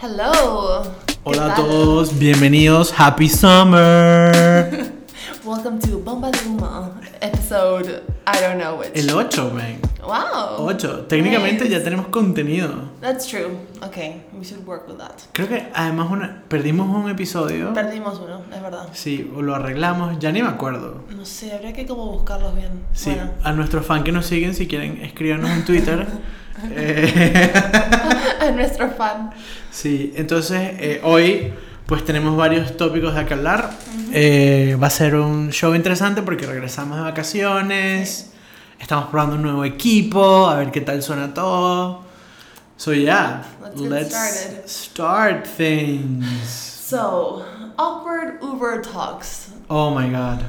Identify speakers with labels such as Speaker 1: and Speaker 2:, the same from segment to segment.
Speaker 1: Hello.
Speaker 2: Hola a
Speaker 1: ¿Qué tal?
Speaker 2: todos, bienvenidos, happy summer.
Speaker 1: Welcome to Bomba de Humo episode. I don't know which.
Speaker 2: El 8, man.
Speaker 1: Wow.
Speaker 2: 8. Técnicamente
Speaker 1: Nice.
Speaker 2: ya tenemos contenido.
Speaker 1: That's true. Okay, we should work with that.
Speaker 2: Creo que además una- perdimos un episodio.
Speaker 1: Perdimos uno, es verdad.
Speaker 2: Sí, o lo arreglamos, ya ni me acuerdo.
Speaker 1: No sé, habría que como buscarlos bien.
Speaker 2: Sí,
Speaker 1: Bueno.
Speaker 2: a nuestros fans que nos siguen, si quieren, escríbanos en Twitter. Eh,
Speaker 1: A nuestro fan.
Speaker 2: sí, entonces eh, hoy pues tenemos varios tópicos de que hablar. Eh, va a ser un show interesante porque regresamos de vacaciones. Estamos probando un nuevo equipo, a ver qué tal suena todo. So yeah,
Speaker 1: Let's get started.
Speaker 2: start things.
Speaker 1: So, awkward Uber talks.
Speaker 2: Oh my god.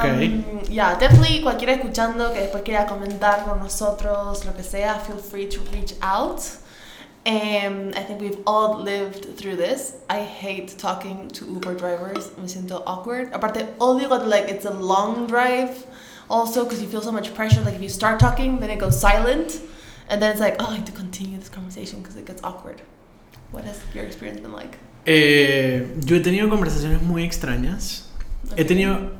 Speaker 2: Okay.
Speaker 1: Um, Yeah, definitely cualquiera escuchando que después quiera comentar con nosotros, lo que sea, feel free to reach out. Um, I think we've all lived through this. I hate talking to Uber drivers. Me siento awkward. Aparte, odio cuando like it's a long drive. Also, because you feel so much pressure. Like if you start talking, then it goes silent, and then it's like, oh, I have to continue this conversation because it gets awkward. What has your experience been like?
Speaker 2: Eh, yo he tenido conversaciones muy extrañas. He tenido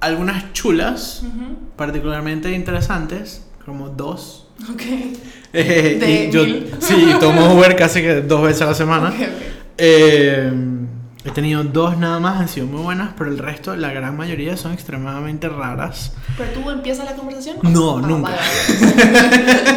Speaker 2: algunas chulas,
Speaker 1: Mhm.
Speaker 2: particularmente interesantes, como dos.
Speaker 1: Okay.
Speaker 2: Eh,
Speaker 1: De
Speaker 2: y yo,
Speaker 1: mil.
Speaker 2: sí, tomo Uber casi que dos veces a la semana.
Speaker 1: Okay. Okay.
Speaker 2: Eh, he tenido dos nada más, han sido muy buenas, pero el resto, la gran mayoría, son extremadamente raras.
Speaker 1: Pero tú empiezas la conversación?
Speaker 2: No,
Speaker 1: Ah,
Speaker 2: nunca.
Speaker 1: vale, vale.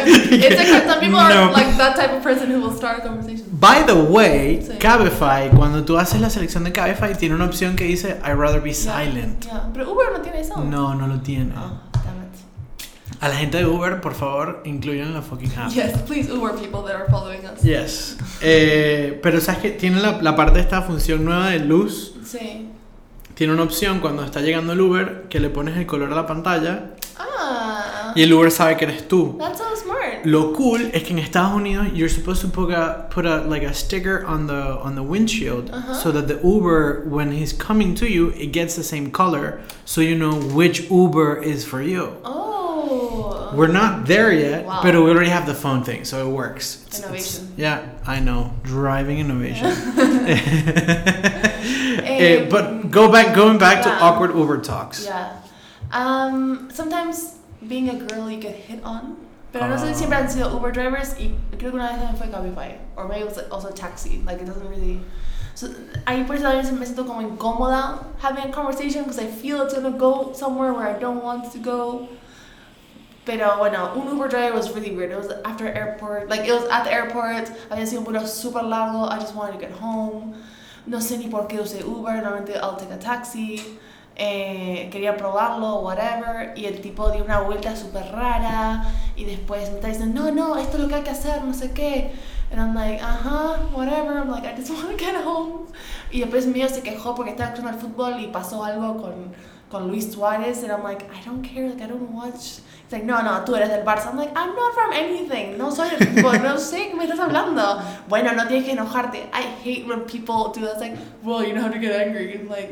Speaker 1: It's like some people are
Speaker 2: No.
Speaker 1: like that type of person who will start a conversation.
Speaker 2: By the way,
Speaker 1: Sí.
Speaker 2: Cabify, cuando tú haces la selección de Cabify, tiene una opción que dice I'd rather be
Speaker 1: Yeah,
Speaker 2: silent.
Speaker 1: yeah. Pero Uber no tiene eso.
Speaker 2: No, no lo tiene.
Speaker 1: Oh, damn it.
Speaker 2: A la gente de Uber, por favor, incluyan la fucking app.
Speaker 1: Yes, please Uber people that are following us.
Speaker 2: Yes. Eh, pero sabes que tiene la, la parte de esta función nueva de luz.
Speaker 1: Sí.
Speaker 2: Tiene una opción cuando está llegando el Uber que le pones el color a la pantalla
Speaker 1: Ah.
Speaker 2: y el Uber sabe que eres tú.
Speaker 1: That's so smart.
Speaker 2: Lo cool es que en Estados Unidos you're supposed to put a, put a like a sticker on the on the windshield
Speaker 1: Ajá.
Speaker 2: so that the Uber when he's coming to you it gets the same color so you know which Uber is for you.
Speaker 1: Oh.
Speaker 2: We're not there yet,
Speaker 1: Wow.
Speaker 2: but we already have the phone thing, so it works.
Speaker 1: Innovation.
Speaker 2: yeah, I know. Driving innovation. Eh,
Speaker 1: Um,
Speaker 2: but go back going back to
Speaker 1: yeah.
Speaker 2: awkward Uber talks.
Speaker 1: Yeah. Um, sometimes being a girl you get hit on. Pero no sé si
Speaker 2: Ah.
Speaker 1: siempre han sido Uber drivers y creo que una vez también fue Cabify. Or maybe it was also taxi. Like it doesn't really... So, ahí por eso a veces me siento como incómoda having a conversation because I feel it's going to go somewhere where I don't want to go. Pero bueno, un Uber driver was really weird. It was after airport. Like it was at the airport. Había sido un vuelo super largo. I just wanted to get home. No sé ni por qué usé Uber. Normalmente I'll take a taxi eh, quería probarlo, whatever, y el tipo dio una vuelta súper rara, y después me está diciendo, no, no, esto es lo que hay que hacer, no sé qué. And I'm like, ajá, whatever, I'm like, I just want to get home. Y después mío se quejó porque estaba escuchando el fútbol y pasó algo con, con Luis Suárez, and I'm like, I don't care, like, I don't watch. It's like, no, no, tú eres del Barça. I'm like, I'm not from anything, no soy del fútbol, no sé qué me estás hablando. Bueno, no tienes que enojarte. I hate when people do that, it's like, well, you know how to get angry. I'm like,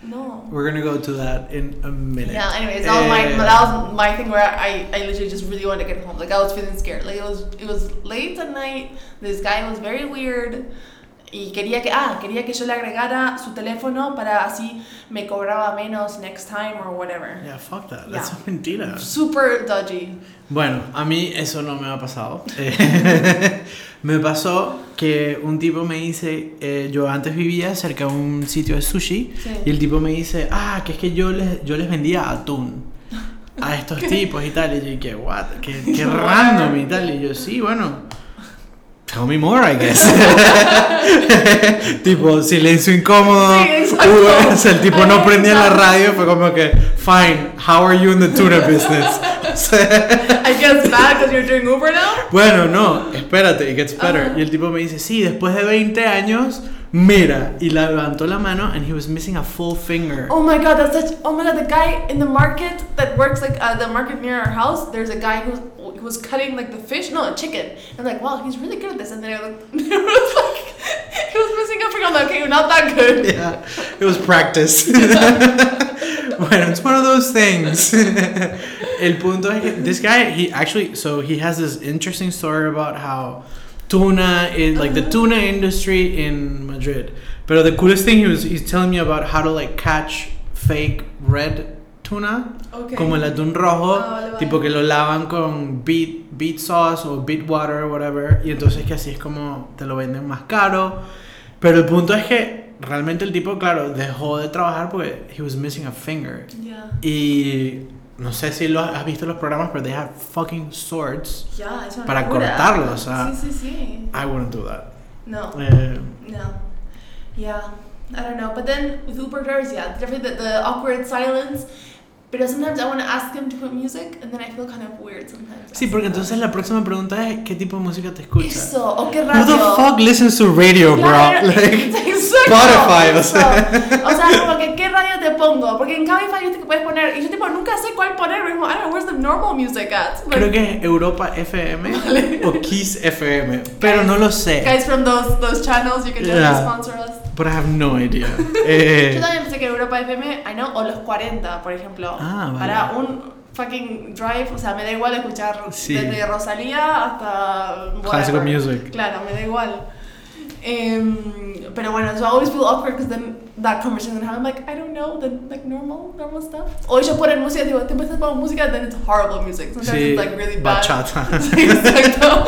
Speaker 1: no.
Speaker 2: We're gonna go to that in a minute.
Speaker 1: Yeah, anyways, that was my
Speaker 2: Eh,
Speaker 1: that was my thing where I, I literally just really wanted to get home. Like I was feeling scared. Like it was it was late at night. This guy was very weird. Y quería que ah quería que yo le agregara su teléfono para así me cobraba menos next time or whatever.
Speaker 2: Yeah, fuck that. That's
Speaker 1: Yeah.
Speaker 2: a mentira.
Speaker 1: Super dodgy.
Speaker 2: Bueno, a mí eso no me ha pasado. Eh, me pasó que un tipo me dice, eh, yo antes vivía cerca de un sitio de sushi
Speaker 1: Sí.
Speaker 2: y el tipo me dice, ah, que es que yo les, yo les vendía atún a estos tipos y tal. Y yo dije, what, qué, qué random y tal. Y yo, sí, bueno. Tell me more, I guess. tipo, silencio incómodo.
Speaker 1: Sí, exacto.
Speaker 2: Uber, o sea, el tipo no
Speaker 1: Ay,
Speaker 2: prendía la
Speaker 1: exacto.
Speaker 2: radio. Fue como que, fine, how are you in the tuna business? O sea,
Speaker 1: I guess bad because you're doing Uber now.
Speaker 2: bueno, no, espérate, it gets better.
Speaker 1: Ajá.
Speaker 2: Y el tipo me dice, sí, después de 20 años, mira. Y la levantó la mano and he was missing a full finger.
Speaker 1: Oh my god, that's such. Oh my god, the guy in the market that works like uh, the market near our house. There's a guy who's who was cutting like the fish, no, chicken. And I'm like, wow, he's really good at this. And then I was, it was like, he was missing up. I'm like, okay, you're not that good.
Speaker 2: Yeah, it was practice. bueno, it's one of those things. El punto es que this guy, he actually, so he has this interesting story about how tuna in like the tuna industry in Madrid. But the coolest thing he was he's telling me about how to like catch fake red tuna.
Speaker 1: Okay.
Speaker 2: Como el atún rojo,
Speaker 1: Ah, vale, vale.
Speaker 2: tipo que lo lavan con beet, beet sauce o beet water o whatever, y entonces que así es como te lo venden más caro. Pero el punto es que realmente el tipo, claro, dejó de trabajar porque he was missing a finger.
Speaker 1: Yeah.
Speaker 2: Y no sé si lo has visto en los programas, pero they have fucking swords.
Speaker 1: Yeah, es una
Speaker 2: Para
Speaker 1: locura.
Speaker 2: cortarlo, o sea.
Speaker 1: Sí, sí, sí. Oh.
Speaker 2: I wouldn't do that.
Speaker 1: No.
Speaker 2: Eh,
Speaker 1: No. Yeah. I don't know. But then with Uber drivers, yeah, definitely the, the awkward silence. But sometimes I want to ask him to put music, and then I feel kind of weird sometimes.
Speaker 2: sí, porque entonces la próxima pregunta es, ¿qué tipo de música te escuchas?
Speaker 1: Eso, o qué
Speaker 2: Who
Speaker 1: radio.
Speaker 2: the fuck listens to radio, bro?
Speaker 1: Claro,
Speaker 2: Like,
Speaker 1: exacto,
Speaker 2: Spotify, o
Speaker 1: eso. O sea, como que qué radio te pongo, porque en Cabify yo te puedes poner, y yo tipo nunca sé cuál poner, mismo, I don't know, where's the normal music at? Like,
Speaker 2: Creo que es Europa FM o Kiss FM, pero no lo sé.
Speaker 1: Guys from those, those channels, you can definitely
Speaker 2: Yeah.
Speaker 1: sponsor us.
Speaker 2: But I have no idea.
Speaker 1: Yo
Speaker 2: Eh,
Speaker 1: también pensé que Europa FM, I know, o los 40, por ejemplo,
Speaker 2: Ah, vale.
Speaker 1: para un fucking drive, o sea, me da igual escuchar
Speaker 2: Sí.
Speaker 1: desde Rosalía hasta... whatever.
Speaker 2: classical music.
Speaker 1: Claro, me da igual. Em, pero bueno, so I always feel awkward because then that conversation is happening. I'm like, I don't know, the like normal, normal stuff. O ellos ponen música, digo, te empiezas a poner música, then it's horrible music. Sometimes
Speaker 2: Sí,
Speaker 1: it's like really bad.
Speaker 2: bachata.
Speaker 1: Sí, exacto.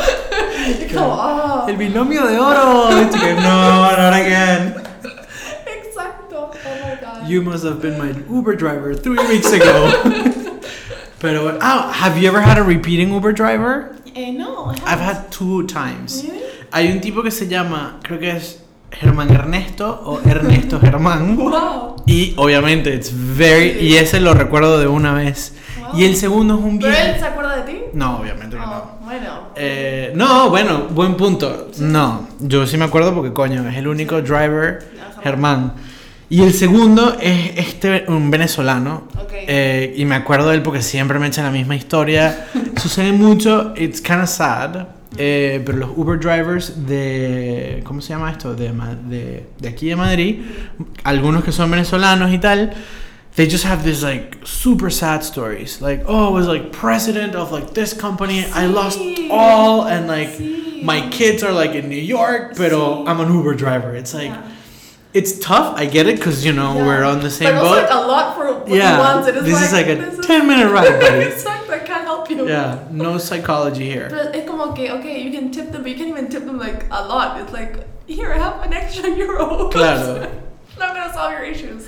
Speaker 1: Es como, ah.
Speaker 2: El binomio de oro. It's like, no, not again.
Speaker 1: Exacto. Oh my god.
Speaker 2: You must have been my Uber driver three weeks ago. Pero bueno, ah, have you ever had a repeating Uber driver?
Speaker 1: eh, no, I
Speaker 2: I've
Speaker 1: haven't.
Speaker 2: had two times.
Speaker 1: Really?
Speaker 2: Hay un tipo que se llama, creo que es Germán Ernesto o Ernesto Germán.
Speaker 1: Wow.
Speaker 2: Y obviamente, it's very. Y ese lo recuerdo de una vez.
Speaker 1: wow.
Speaker 2: Y el segundo es un
Speaker 1: ¿Pero él
Speaker 2: viejo.
Speaker 1: se acuerda de ti?
Speaker 2: No, obviamente que
Speaker 1: Oh,
Speaker 2: no.
Speaker 1: bueno.
Speaker 2: Eh, no, bueno, buen punto. No, yo sí me acuerdo porque, coño, es el único driver,
Speaker 1: Ajá.
Speaker 2: Germán. Y el segundo es este, un venezolano.
Speaker 1: Ok.
Speaker 2: Eh, y me acuerdo de él porque siempre me echan la misma historia. Sucede mucho, it's kind of sad. eh, pero los Uber drivers de. ¿Cómo se llama esto? De, Ma- de, de aquí de Madrid, algunos que son venezolanos y tal. They just have this like super sad stories. Like, oh, I was like president of like this company. I lost
Speaker 1: Sí.
Speaker 2: all, and like
Speaker 1: Sí.
Speaker 2: my kids are like in New York, pero
Speaker 1: Sí.
Speaker 2: I'm an Uber driver. It's like,
Speaker 1: Yeah.
Speaker 2: it's tough. I get it because you know
Speaker 1: Yeah.
Speaker 2: we're on the same
Speaker 1: but
Speaker 2: boat.
Speaker 1: also like a lot for what
Speaker 2: Yeah,
Speaker 1: he wants. It is
Speaker 2: this
Speaker 1: like,
Speaker 2: is like a
Speaker 1: this is-
Speaker 2: 10 minute ride, buddy.
Speaker 1: exactly, I can't help you.
Speaker 2: Yeah, no psychology here.
Speaker 1: But it's como okay, okay, you can tip them, but you can't even tip them like a lot. It's like here, I have an extra euro.
Speaker 2: Claro.
Speaker 1: Not gonna solve your issues.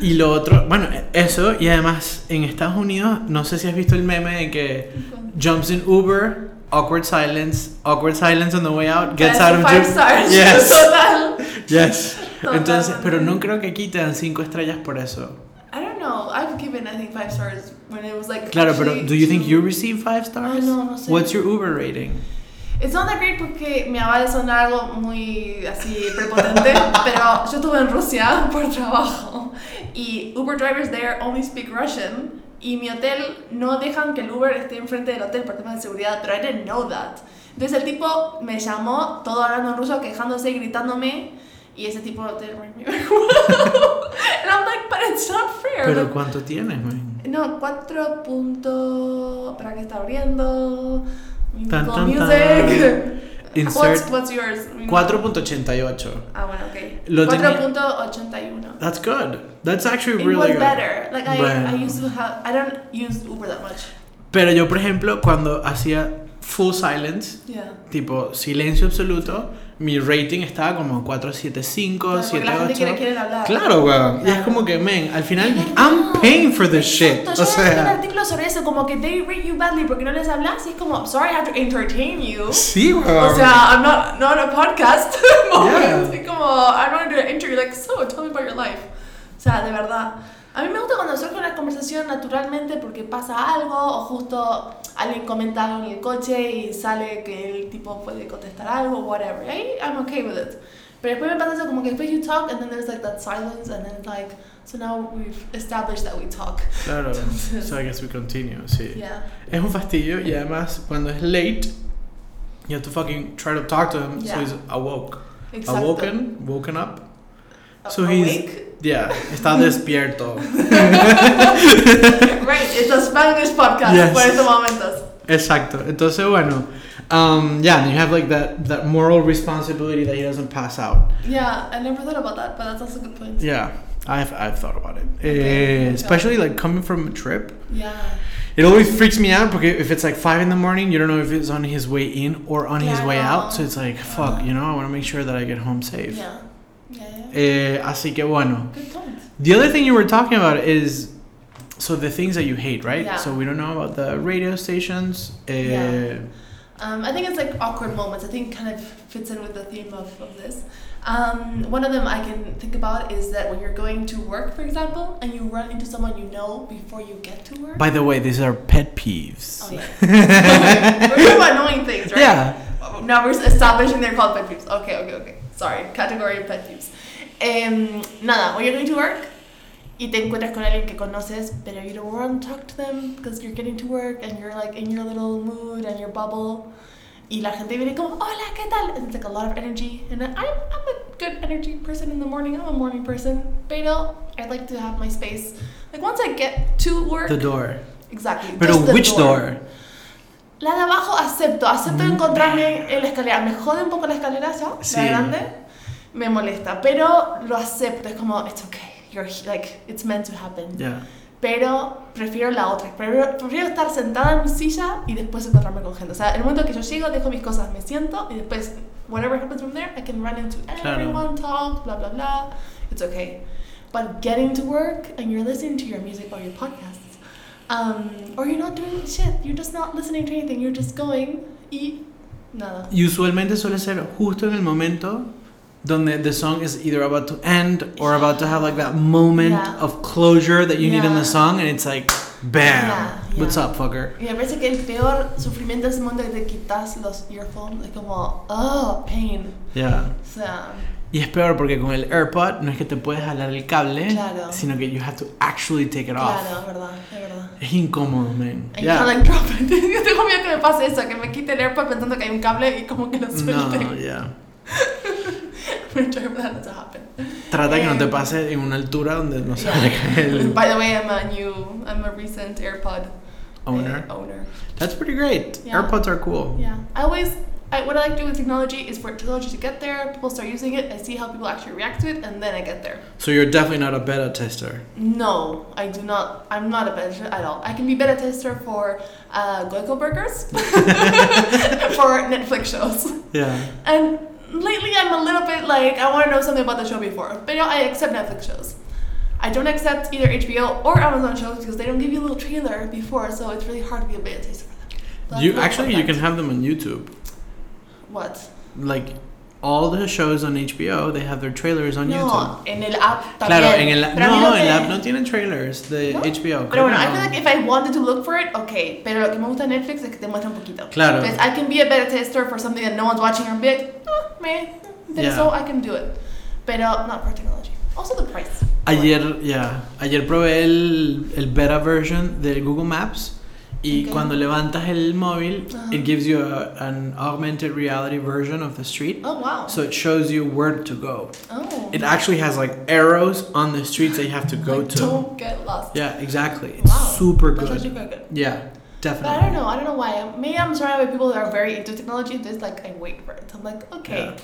Speaker 2: Y lo otro, bueno, eso y además en Estados Unidos, no sé si has visto el meme de que jumps in Uber, awkward silence, awkward silence on the way out, gets
Speaker 1: That's
Speaker 2: out of
Speaker 1: five
Speaker 2: Uber.
Speaker 1: stars.
Speaker 2: Yes.
Speaker 1: Total.
Speaker 2: Yes. Entonces,
Speaker 1: Totalmente.
Speaker 2: pero no creo que aquí te dan cinco estrellas por eso.
Speaker 1: I don't know. I've given I think five stars when it was like.
Speaker 2: Claro, pero
Speaker 1: actually
Speaker 2: do you think
Speaker 1: two-
Speaker 2: you receive five stars?
Speaker 1: no, no sé.
Speaker 2: What's your Uber rating?
Speaker 1: It's not that great porque me va a sonar algo muy así prepotente, pero yo estuve en Rusia por trabajo y Uber drivers there only speak Russian y mi hotel no dejan que el Uber esté enfrente del hotel por temas de seguridad, pero I didn't know that. Entonces el tipo me llamó todo hablando en ruso, quejándose, gritándome y ese tipo de hotel me And I'm like, but it's not fair.
Speaker 2: Pero ¿cuánto tienes, man?
Speaker 1: No, 4 punto... ¿Para qué está abriendo?
Speaker 2: Tan,
Speaker 1: Con
Speaker 2: tan,
Speaker 1: music. What's,
Speaker 2: Insert
Speaker 1: what's yours?
Speaker 2: 4.88.
Speaker 1: Ah, bueno, ok.
Speaker 2: Lo tenía-
Speaker 1: 4.81.
Speaker 2: That's good. That's actually
Speaker 1: It
Speaker 2: really
Speaker 1: was
Speaker 2: good.
Speaker 1: better. Like, I, I
Speaker 2: Bueno.
Speaker 1: used to have... I don't use Uber that much.
Speaker 2: Pero yo, por ejemplo, cuando hacía full silence,
Speaker 1: Yeah.
Speaker 2: tipo silencio absoluto, mi rating estaba como 475,
Speaker 1: Claro, porque la gente quiere,
Speaker 2: 78.
Speaker 1: quieren hablar.
Speaker 2: Claro, weón. Y es
Speaker 1: Claro.
Speaker 2: como que, men, al final,
Speaker 1: Es verdad.
Speaker 2: I'm paying for this shit.
Speaker 1: Exacto,
Speaker 2: O
Speaker 1: yo leí un
Speaker 2: sea,
Speaker 1: artículo sobre eso, como que they rate you badly porque no les hablas y es como, sorry, I have to entertain you.
Speaker 2: sí, weón.
Speaker 1: O sea, I'm not, not a podcast moment.
Speaker 2: Yeah.
Speaker 1: Es como, I'm not gonna interview, like, so, tell me about your life. O sea, de verdad. A mí me gusta cuando surge una conversación naturalmente porque pasa algo o justo alguien comenta algo en el coche y sale que el tipo puede contestar algo, whatever. Y ahí I'm okay with it. Pero después me pasa eso como que después you talk and then there's like that silence and then like, so now we've established that we talk.
Speaker 2: Claro.
Speaker 1: Entonces-
Speaker 2: So I guess we continue, sí.
Speaker 1: Yeah.
Speaker 2: Es un fastidio y además, cuando es late, you have to fucking try to talk to him so
Speaker 1: Yeah.
Speaker 2: he's awoke.
Speaker 1: Exacto.
Speaker 2: Awoken, woken up.
Speaker 1: A-
Speaker 2: So he's-
Speaker 1: awake?
Speaker 2: Yeah, está despierto.
Speaker 1: Right, it's a Spanish podcast
Speaker 2: Yes.
Speaker 1: por estos momentos.
Speaker 2: Exacto. Entonces, bueno, Um, yeah, and you have like that, that moral responsibility that he doesn't pass out.
Speaker 1: Yeah, I never thought about that, but that's also a good point.
Speaker 2: Yeah, I've, I've thought about it.
Speaker 1: Okay,
Speaker 2: Eh,
Speaker 1: okay.
Speaker 2: especially like coming from a trip.
Speaker 1: Yeah.
Speaker 2: It always freaks me out because if it's like five in the morning, you don't know if it's on his way in or on his way out. So it's like, fuck, you know, I want to make sure that I get home safe.
Speaker 1: Yeah. Yeah. yeah.
Speaker 2: Eh, así que bueno.
Speaker 1: Good point.
Speaker 2: The other thing you were talking about is so the things that you hate, right?
Speaker 1: Yeah.
Speaker 2: So we don't know about the radio stations. Eh,
Speaker 1: Yeah. Um, I think it's like awkward moments. I think kind of fits in with the theme of, of this. Um, one of them I can think about is that when you're going to work, for example, and you run into someone you know before you get to work.
Speaker 2: By the way, these are pet peeves.
Speaker 1: oh, yeah. we're talking about annoying things, right?
Speaker 2: Yeah.
Speaker 1: Now we're establishing they're called pet peeves. Okay, okay, okay. Sorry, category of pet peeves. Em, nada, when you're going to work y te encuentras con alguien que conoces, pero you don't want to talk to them because you're getting to work and you're like in your little mood and your bubble. Y la gente viene como, hola, ¿qué tal? And it's like a lot of energy. And I'm, I'm a good energy person in the morning. I'm a morning person. Pero I'd like to have my space. Like once I get to work.
Speaker 2: The door.
Speaker 1: exactly.
Speaker 2: Pero
Speaker 1: just the
Speaker 2: which
Speaker 1: door.
Speaker 2: door?
Speaker 1: La de abajo acepto, acepto
Speaker 2: Mm.
Speaker 1: encontrarme en la escalera. Me jode un poco la escalera ya,
Speaker 2: Sí.
Speaker 1: la grande. Me molesta, pero lo acepto. Es como, it's okay, you're he- like, it's meant to happen.
Speaker 2: Yeah.
Speaker 1: Pero prefiero la otra. Prefiero, prefiero estar sentada en mi silla y después encontrarme con gente. O sea, el momento que yo llego, dejo mis cosas, me siento y después, whatever happens from there, I can run into
Speaker 2: Claro.
Speaker 1: everyone, talk, bla, bla, bla. It's okay. But getting to work and you're listening to your music or your podcasts, um, or you're not doing shit, you're just not listening to anything, you're just going y nada.
Speaker 2: Y usualmente suele ser justo en el momento donde the song is either about to end or about to have like that moment
Speaker 1: Yeah.
Speaker 2: of closure that you need in the
Speaker 1: Yeah.
Speaker 2: song, and it's like, bam,
Speaker 1: Yeah,
Speaker 2: what's
Speaker 1: yeah.
Speaker 2: up, fucker?
Speaker 1: Y me parece que el peor sufrimiento es el momento que te quitas los earphones. Es como, oh, pain.
Speaker 2: Yeah.
Speaker 1: O sea,
Speaker 2: Y es peor porque con el AirPod no es que te puedes jalar el cable,
Speaker 1: Claro.
Speaker 2: sino que you have to actually take it
Speaker 1: claro,
Speaker 2: off.
Speaker 1: es verdad, es verdad.
Speaker 2: Es incómodo, man.
Speaker 1: Y
Speaker 2: Yeah.
Speaker 1: no, like, drop it. Yo tengo miedo que me pase eso, que me quite el AirPod pensando que hay un cable y como que lo suelte.
Speaker 2: No, yeah.
Speaker 1: I'm sure that to happen.
Speaker 2: Trata que no te
Speaker 1: Eh,
Speaker 2: pase en una altura donde no se
Speaker 1: Yeah.
Speaker 2: vaya a caer el
Speaker 1: By the way, I'm a new, I'm a recent AirPod eh,
Speaker 2: owner.
Speaker 1: owner.
Speaker 2: That's pretty great.
Speaker 1: Yeah.
Speaker 2: AirPods are cool.
Speaker 1: Yeah. I always, I, what I like to do with technology is for technology to get there, people start using it, I see how people actually react to it, and then I get there.
Speaker 2: So you're definitely not a beta tester.
Speaker 1: No, I do not. I'm not a beta tester at all. I can be beta tester for uh, Goico burgers, for Netflix shows.
Speaker 2: Yeah.
Speaker 1: And lately, I'm a little bit like I want to know something about the show before. But you know, I accept Netflix shows. I don't accept either HBO or Amazon shows because they don't give you a little trailer before, so it's really hard to be a beta taster for them. That's
Speaker 2: you
Speaker 1: my
Speaker 2: actually you
Speaker 1: fact.
Speaker 2: can have them on YouTube.
Speaker 1: what?
Speaker 2: Like all the shows on HBO, they have their trailers on YouTube.
Speaker 1: No, en el app también.
Speaker 2: Claro, en el
Speaker 1: Pero a mí
Speaker 2: no,
Speaker 1: lo
Speaker 2: en
Speaker 1: que-
Speaker 2: el app no tienen trailers de
Speaker 1: ¿No?
Speaker 2: HBO.
Speaker 1: Pero
Speaker 2: creo
Speaker 1: bueno,
Speaker 2: que
Speaker 1: I
Speaker 2: no.
Speaker 1: feel like if I wanted to look for it, okay. Pero lo que me gusta de Netflix es que te muestra un poquito.
Speaker 2: Claro.
Speaker 1: Entonces, I can be a beta tester for something that no one's watching or be like, "Ah, meh, interesó, I can do it. Pero not for technology. Also the price.
Speaker 2: Ayer, yeah, ayer probé el, el beta version del Google Maps y
Speaker 1: Ok.
Speaker 2: cuando levantas el móvil,
Speaker 1: Ajá.
Speaker 2: it gives you a- an augmented reality version of the street.
Speaker 1: Oh, wow.
Speaker 2: So it shows you where to go.
Speaker 1: oh.
Speaker 2: It actually has like arrows on the streets that you have to go
Speaker 1: Like,
Speaker 2: to.
Speaker 1: Don't get lost.
Speaker 2: Yeah, exactly. It's
Speaker 1: Wow.
Speaker 2: super
Speaker 1: That's actually
Speaker 2: good.
Speaker 1: quite good.
Speaker 2: Yeah,
Speaker 1: But I don't
Speaker 2: definitely.
Speaker 1: know. I don't know why. Maybe I'm surrounded by people that are very into technology. And just like I wait for it. I'm like, okay,
Speaker 2: Yeah.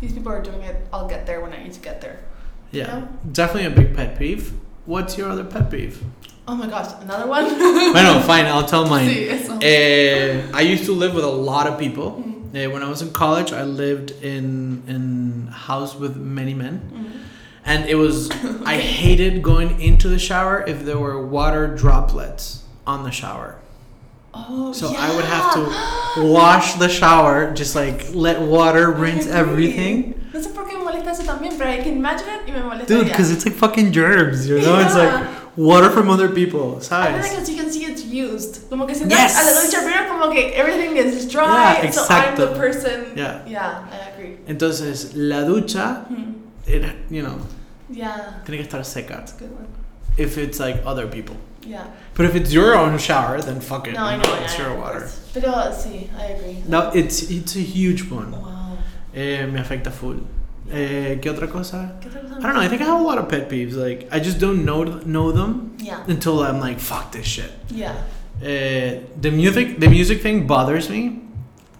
Speaker 1: these people are doing it. I'll get there when I need to get there.
Speaker 2: Yeah, definitely a big pet peeve. What's your other pet peeve?
Speaker 1: Oh my gosh, another one.
Speaker 2: bueno, fine, I'll tell mine.
Speaker 1: See, it's-
Speaker 2: Eh, I used to live with a lot of people.
Speaker 1: Mm,
Speaker 2: Eh, when I was in college, I lived in in a house with many men,
Speaker 1: mm.
Speaker 2: and it was I hated going into the shower if there were water droplets on the shower.
Speaker 1: Oh,
Speaker 2: So
Speaker 1: yeah.
Speaker 2: I would have to wash the shower, just like let water rinse
Speaker 1: I agree.
Speaker 2: everything.
Speaker 1: No sé por qué me molesta eso también, pero I can imagine it y me molesta.
Speaker 2: Dude,
Speaker 1: ya.
Speaker 2: because it's like fucking germs, you know? It's
Speaker 1: Yeah.
Speaker 2: like water from other people.
Speaker 1: I feel like
Speaker 2: Size.
Speaker 1: as you can see it's used. Como que siento
Speaker 2: Yes.
Speaker 1: a la ducha primero como que everything is dry,
Speaker 2: Yeah,
Speaker 1: so I'm the
Speaker 2: exacto.
Speaker 1: person.
Speaker 2: Yeah.
Speaker 1: Yeah, I agree.
Speaker 2: Entonces, la ducha,
Speaker 1: Hmm.
Speaker 2: it, you know,
Speaker 1: Yeah,
Speaker 2: tiene que estar seca.
Speaker 1: that's a good one.
Speaker 2: If it's like other people.
Speaker 1: Yeah.
Speaker 2: But if it's your own shower, then fuck it.
Speaker 1: No, I
Speaker 2: you
Speaker 1: know.
Speaker 2: It's
Speaker 1: yeah,
Speaker 2: your
Speaker 1: of
Speaker 2: water.
Speaker 1: course. Pero sí, I agree.
Speaker 2: No, it's, it's a huge one.
Speaker 1: Wow.
Speaker 2: Eh, me afecta full. Eh, ¿Qué otra cosa?
Speaker 1: ¿Qué tal?
Speaker 2: I don't know. I think I have a lot of pet peeves. Like, I just don't know, know them
Speaker 1: Yeah,
Speaker 2: until I'm like, fuck this shit.
Speaker 1: yeah.
Speaker 2: Eh, the music, the music thing bothers me.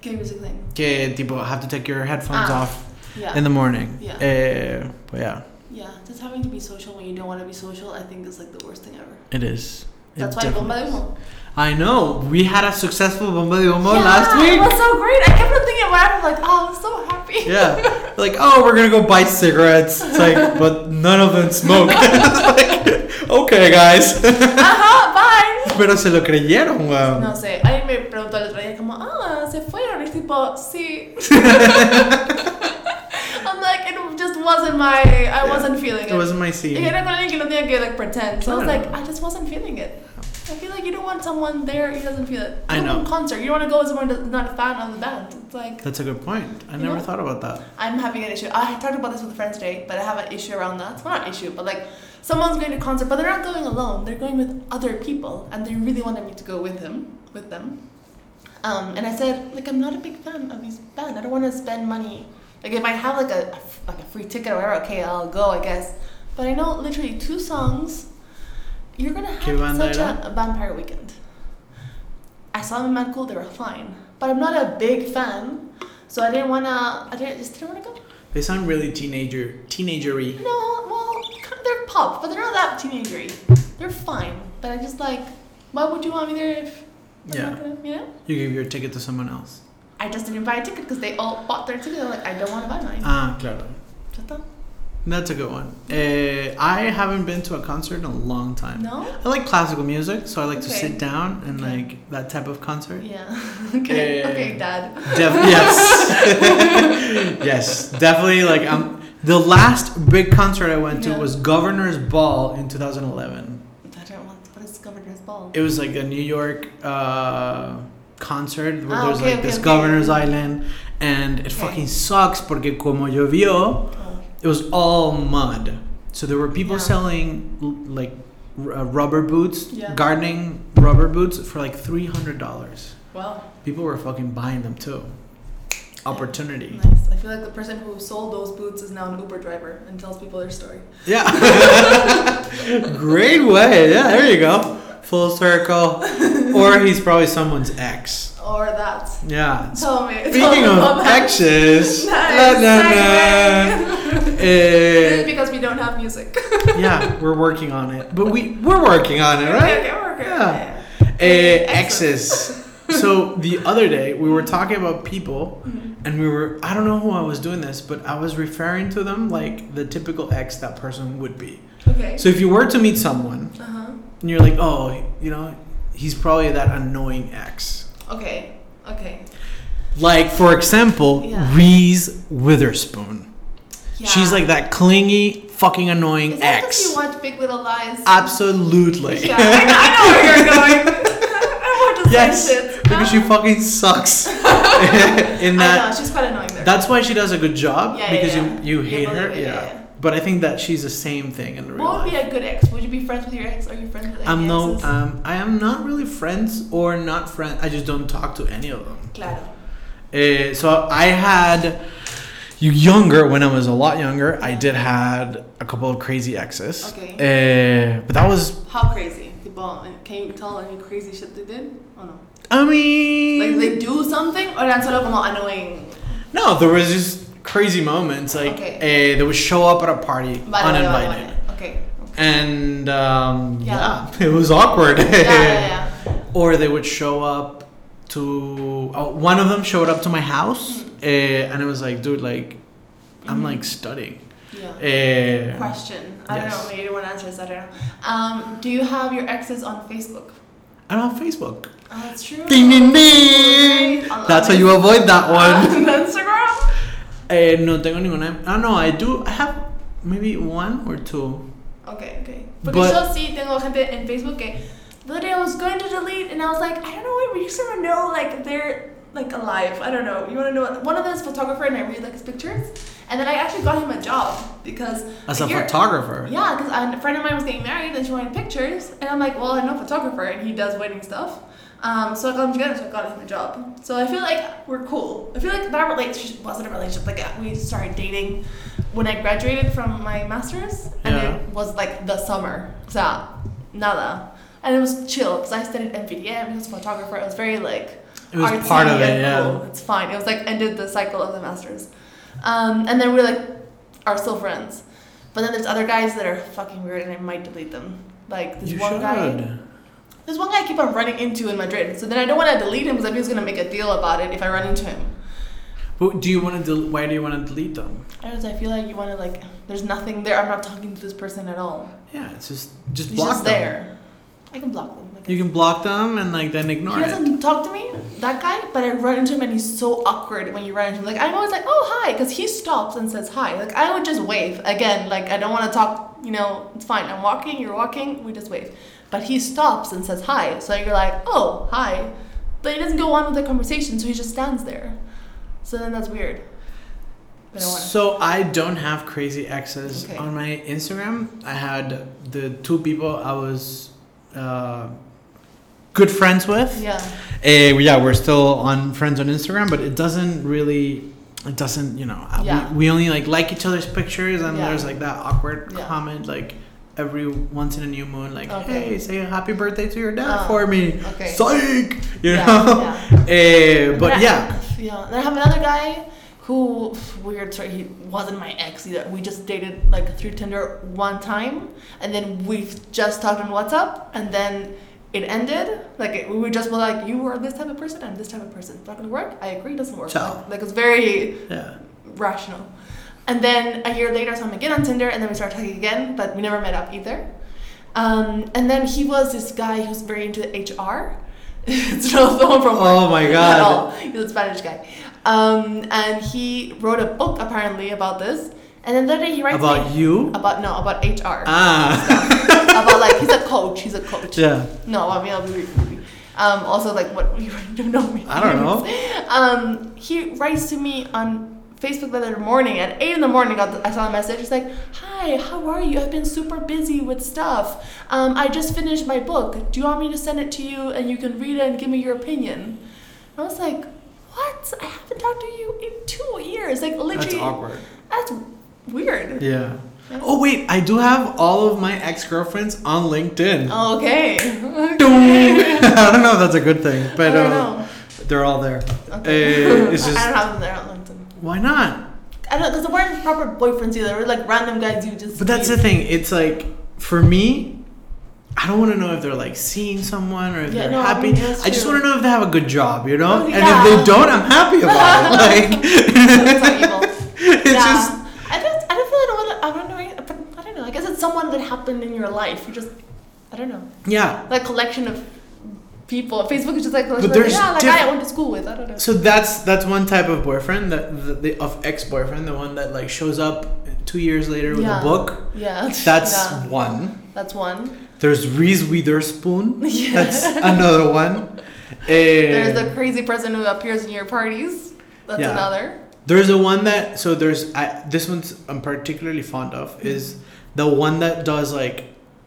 Speaker 1: ¿Qué music thing?
Speaker 2: Que tipo, have to take your headphones
Speaker 1: Ah.
Speaker 2: off
Speaker 1: Yeah.
Speaker 2: in the morning.
Speaker 1: Yeah.
Speaker 2: Eh, but yeah,
Speaker 1: yeah, just having to be social when you don't want to be social, I think is like the worst thing ever.
Speaker 2: it is. It
Speaker 1: That's why
Speaker 2: definitely
Speaker 1: Bomba de
Speaker 2: is.
Speaker 1: Humo.
Speaker 2: I know. We had a successful Bomba de Humo
Speaker 1: yeah,
Speaker 2: last
Speaker 1: It
Speaker 2: week.
Speaker 1: was so great. I kept on thinking about it. I'm like, oh, I'm so happy.
Speaker 2: Yeah. Like, oh, we're gonna go buy cigarettes. It's like, but none of them smoke. It's like, okay, guys.
Speaker 1: Ajá, Uh-huh, bye.
Speaker 2: Pero se lo creyeron, weón.
Speaker 1: No sé, alguien me preguntó el otro día como, ah, se fueron. Y es tipo, sí. I'm like, it just wasn't my, I wasn't feeling it.
Speaker 2: It wasn't my
Speaker 1: Y
Speaker 2: scene.
Speaker 1: era con alguien que no tenía que like pretend. So I was
Speaker 2: Claro.
Speaker 1: like, I just wasn't feeling it. I feel like you don't want someone there who doesn't feel it.
Speaker 2: I
Speaker 1: Even
Speaker 2: know.
Speaker 1: in concert, you don't want to go with someone that's not a fan of the band. It's like
Speaker 2: That's a good point. I
Speaker 1: You
Speaker 2: never
Speaker 1: know?
Speaker 2: thought about that.
Speaker 1: I'm having an issue. I talked about this with a friend today, but I have an issue around that. Well, not issue, but like someone's going to concert, but they're not going alone. They're going with other people, and they really wanted me to go with him, with them. Um, and I said, like, I'm not a big fan of these band. I don't want to spend money. Like, if I have like a, a f- like a free ticket or whatever, okay, I'll go, I guess. But I know literally two songs. You're gonna
Speaker 2: Que
Speaker 1: have
Speaker 2: banda
Speaker 1: such
Speaker 2: era?
Speaker 1: a, a vampire weekend. I saw them in Mancool, they were fine, but I'm not a big fan, so I didn't wanna. I didn't, just didn't wanna go.
Speaker 2: They sound really teenager, teenagery.
Speaker 1: No, well, k- they're pop, but they're not that teenagery. They're fine, but I just like, why would you want me there if I'm
Speaker 2: Yeah.
Speaker 1: not gonna, you know?
Speaker 2: You give your ticket to someone else.
Speaker 1: I just didn't buy a ticket because they all bought their ticket. I'm like, I don't want to buy mine.
Speaker 2: Ah, claro.
Speaker 1: Shut up.
Speaker 2: That's a good one. Eh, I haven't been to a concert in a long time.
Speaker 1: No.
Speaker 2: I like classical music, so I like to
Speaker 1: Okay.
Speaker 2: sit down and
Speaker 1: Okay.
Speaker 2: like that type of concert.
Speaker 1: Yeah. okay.
Speaker 2: Eh,
Speaker 1: okay, Dad.
Speaker 2: Def- yes, yes, definitely. Like um, the last big concert I went to
Speaker 1: Yeah.
Speaker 2: was Governor's Ball in 2011.
Speaker 1: I don't want. What is Governor's Ball?
Speaker 2: It was like a New York uh, concert where
Speaker 1: Ah,
Speaker 2: there's
Speaker 1: okay,
Speaker 2: like
Speaker 1: okay,
Speaker 2: this
Speaker 1: okay.
Speaker 2: Governor's Island, and it
Speaker 1: Okay.
Speaker 2: fucking sucks porque como llovió,
Speaker 1: Oh.
Speaker 2: it was all mud. So there were people
Speaker 1: Yeah.
Speaker 2: selling l- like r- uh, rubber boots,
Speaker 1: Yeah.
Speaker 2: gardening rubber boots for like three hundred dollars.
Speaker 1: Well,
Speaker 2: People were fucking buying them too. Opportunity.
Speaker 1: nice. I feel like the person who sold those boots is now an Uber driver and tells people their story.
Speaker 2: Yeah. Great way. Yeah, there you go. Full circle. Or he's probably someone's ex.
Speaker 1: Or that.
Speaker 2: Yeah.
Speaker 1: Tell me. tell me
Speaker 2: Speaking of
Speaker 1: about that.
Speaker 2: exes.
Speaker 1: Nice.
Speaker 2: na, na, na.
Speaker 1: This is
Speaker 2: Eh,
Speaker 1: because we don't have music.
Speaker 2: yeah, we're working on it. But we, we're working on it, right?
Speaker 1: Okay, okay, okay.
Speaker 2: Yeah.
Speaker 1: Okay,
Speaker 2: Eh, exes. So the other day we were talking about people
Speaker 1: Mm-hmm.
Speaker 2: and we were I don't know who I was doing this, but I was referring to them like the typical ex that person would be.
Speaker 1: Okay.
Speaker 2: So if you were to meet someone
Speaker 1: Uh-huh.
Speaker 2: and you're like, oh, you know, he's probably that annoying ex.
Speaker 1: Okay. Okay.
Speaker 2: Like, for example,
Speaker 1: Yeah.
Speaker 2: Reese Witherspoon.
Speaker 1: Yeah.
Speaker 2: She's like that clingy, fucking
Speaker 1: Is
Speaker 2: annoying
Speaker 1: that because
Speaker 2: ex.
Speaker 1: you watch Big Little Lies?
Speaker 2: Absolutely.
Speaker 1: Yeah, I know, I know where you're going. I watch the
Speaker 2: yes.
Speaker 1: same shit. Ah,
Speaker 2: Because she fucking sucks. In
Speaker 1: I
Speaker 2: that.
Speaker 1: know, she's quite annoying there.
Speaker 2: That's why she does a good job
Speaker 1: Yeah, yeah,
Speaker 2: because
Speaker 1: yeah.
Speaker 2: you you
Speaker 1: You
Speaker 2: hate her,
Speaker 1: believe
Speaker 2: yeah.
Speaker 1: it, yeah, yeah.
Speaker 2: But I think that she's the same thing in real
Speaker 1: what would
Speaker 2: life.
Speaker 1: be a good ex? Would you be friends with your ex? Are you friends with any
Speaker 2: I'm no,
Speaker 1: exes?
Speaker 2: um, I am not really friends or not friends. I just don't talk to any of them.
Speaker 1: Claro.
Speaker 2: Eh, so I had you younger when I was a lot younger. I did had a couple of crazy exes.
Speaker 1: Okay.
Speaker 2: Eh, but that was
Speaker 1: How crazy? People, can you tell any crazy shit they did? Oh no.
Speaker 2: I mean
Speaker 1: Like they do something or that's solo como annoying.
Speaker 2: no, there was just crazy moments like
Speaker 1: Okay.
Speaker 2: eh, they would show up at a party
Speaker 1: Vale, vale, vale,
Speaker 2: uninvited.
Speaker 1: vale. Okay. okay.
Speaker 2: And um,
Speaker 1: Yeah.
Speaker 2: yeah. it was awkward.
Speaker 1: Yeah, yeah, yeah.
Speaker 2: or they would show up to oh, one of them showed up to my house eh, and it was like, dude, like I'm
Speaker 1: Mhm.
Speaker 2: like studying.
Speaker 1: Yeah.
Speaker 2: Eh,
Speaker 1: Question. I don't
Speaker 2: Yes.
Speaker 1: know. Maybe you don't want to answer this. I don't know. Um, do you have your exes on Facebook?
Speaker 2: I don't have Facebook.
Speaker 1: Oh, that's true.
Speaker 2: Ding ding ding.
Speaker 1: On-
Speaker 2: That's
Speaker 1: on
Speaker 2: how you avoid that one.
Speaker 1: On Instagram?
Speaker 2: Eh, no tengo ninguna. Ah, no, I do. I have maybe one or two.
Speaker 1: Okay, okay. Porque
Speaker 2: But-
Speaker 1: yo sí tengo gente en Facebook que literally I was going to delete and I was like, I don't know why we just want to know like they're like alive. I don't know. You want to know what- one of them is photographer and I really like his pictures. And then I actually got him a job because
Speaker 2: As
Speaker 1: a
Speaker 2: a
Speaker 1: year-
Speaker 2: photographer.
Speaker 1: Yeah, because a friend of mine was getting married and she wanted pictures, and I'm like, well, I know a photographer and he does wedding stuff. Um, so I got him together, so I got him a job. So I feel like we're cool. I feel like that relationship wasn't a relationship. Like uh, we started dating when I graduated from my master's, and
Speaker 2: Yeah.
Speaker 1: it was like the summer. So nada, and it was chill because I studied NVDM. He was a photographer. It was very like
Speaker 2: It was
Speaker 1: artsy
Speaker 2: part of it,
Speaker 1: and
Speaker 2: yeah.
Speaker 1: cool. Oh, It's fine. It was like ended the cycle of the masters, um, and then we're like are still friends, but then there's other guys that are fucking weird, and I might delete them. Like this
Speaker 2: You
Speaker 1: one guy.
Speaker 2: should.
Speaker 1: There's one guy I keep on running into in Madrid, so then I don't want to delete him because I feel he's gonna make a deal about it if I run into him.
Speaker 2: But do you want to? Del- why do you want to delete them?
Speaker 1: I don't know, I feel like you want to like. There's nothing there. I'm not talking to this person at all.
Speaker 2: Yeah, it's just just
Speaker 1: He's
Speaker 2: block
Speaker 1: just
Speaker 2: them.
Speaker 1: there. I can block them. Like,
Speaker 2: You can block them and like then ignore
Speaker 1: he
Speaker 2: it.
Speaker 1: doesn't talk to me, that guy, but I run into him and he's so awkward when you run into him. Like, I'm always like, oh, hi, because he stops and says hi. Like, I would just wave. Again, like, I don't want to talk, you know, it's fine. I'm walking, you're walking, we just wave. But he stops and says hi. So you're like, oh, hi. But he doesn't go on with the conversation, so he just stands there. So then that's weird. But I don't want
Speaker 2: So I don't have crazy exes
Speaker 1: Okay.
Speaker 2: on my Instagram. I had the two people I was uh, good friends with.
Speaker 1: Yeah.
Speaker 2: Eh, we- yeah, we're still on friends on Instagram, but it doesn't really. It doesn't, you know. uh,
Speaker 1: Yeah.
Speaker 2: We, we only like like each other's pictures, and
Speaker 1: Yeah.
Speaker 2: there's like that awkward
Speaker 1: Yeah.
Speaker 2: comment like every once in a new moon, like,
Speaker 1: Okay.
Speaker 2: "Hey, say a happy birthday to your dad
Speaker 1: Oh,
Speaker 2: for me."
Speaker 1: okay.
Speaker 2: Psych, you
Speaker 1: Yeah,
Speaker 2: know. Eh, but
Speaker 1: I-
Speaker 2: yeah,
Speaker 1: yeah. Then I have another guy who weird story. He wasn't my ex either. We just dated like through Tinder one time, and then we've just talked on WhatsApp, and then it ended. Like it, we were just both like, you are this type of person, I'm this type of person. It's not gonna work. I agree, it doesn't work.
Speaker 2: Ciao.
Speaker 1: Like it's very
Speaker 2: yeah.
Speaker 1: rational. And then a year later, I saw him again on Tinder, and then we started talking again, but we never met up either. Um, and then he was this guy who's very into HR. it's not someone from work
Speaker 2: Oh my
Speaker 1: at
Speaker 2: God.
Speaker 1: all. He's a Spanish guy. Um, and he wrote a book apparently about this. And then the other day he writes
Speaker 2: About
Speaker 1: me,
Speaker 2: you?
Speaker 1: about no about HR
Speaker 2: Ah,
Speaker 1: about like he's a coach. He's a coach.
Speaker 2: yeah.
Speaker 1: No, I mean, I'll be creepy. Um, also, like, what you don't know me.
Speaker 2: I don't know.
Speaker 1: Um, he writes to me on Facebook the other morning at eight in the morning. I got- I saw a message. He's like, "Hi, how are you? I've been super busy with stuff. Um, I just finished my book. Do you want me to send it to you and you can read it and give me your opinion?" I was like, "What? I haven't talked to you in two years. Like, literally,
Speaker 2: That's awkward.
Speaker 1: That's weird."
Speaker 2: Yeah. Oh wait, I do have all of my ex girlfriends on LinkedIn.
Speaker 1: Oh, Okay.
Speaker 2: Dung. I don't know if that's a good thing, but
Speaker 1: I don't
Speaker 2: uh,
Speaker 1: know.
Speaker 2: they're all there.
Speaker 1: Okay.
Speaker 2: Eh, it's
Speaker 1: I
Speaker 2: just
Speaker 1: don't have them there on LinkedIn.
Speaker 2: why not?
Speaker 1: I don't, because they weren't proper boyfriends either. They were like random guys you just.
Speaker 2: But that's the
Speaker 1: meet.
Speaker 2: thing. It's like for me, I don't want to know if they're like seeing someone or if
Speaker 1: Yeah,
Speaker 2: they're
Speaker 1: no, I
Speaker 2: happy. I,
Speaker 1: mean, that's
Speaker 2: just
Speaker 1: true.
Speaker 2: want to know if they have a good job, you know.
Speaker 1: Oh,
Speaker 2: And if
Speaker 1: yeah.
Speaker 2: they don't, I'm happy about it. Like
Speaker 1: That's so evil.
Speaker 2: it's
Speaker 1: yeah.
Speaker 2: just
Speaker 1: I don't. I don't feel. I don't want. I don't know. I don't know. I don't know. I guess it's someone that happened in your life. You just. I don't know.
Speaker 2: yeah.
Speaker 1: Like collection of people. Facebook is just like.
Speaker 2: But
Speaker 1: collection of-
Speaker 2: there's
Speaker 1: yeah, like
Speaker 2: diff-
Speaker 1: guy I went to school with. I don't know.
Speaker 2: So that's that's one type of boyfriend that the, the of ex boyfriend, the one that like shows up two years later with
Speaker 1: Yeah.
Speaker 2: a book.
Speaker 1: Yeah.
Speaker 2: That's
Speaker 1: Yeah.
Speaker 2: one.
Speaker 1: That's one.
Speaker 2: There's Reese Witherspoon.
Speaker 1: Yeah.
Speaker 2: That's another one. Eh,
Speaker 1: There's the crazy person who appears in your parties. That's
Speaker 2: Yeah.
Speaker 1: another.
Speaker 2: there's the one that so there's I, this one's I'm particularly fond of is the one that does like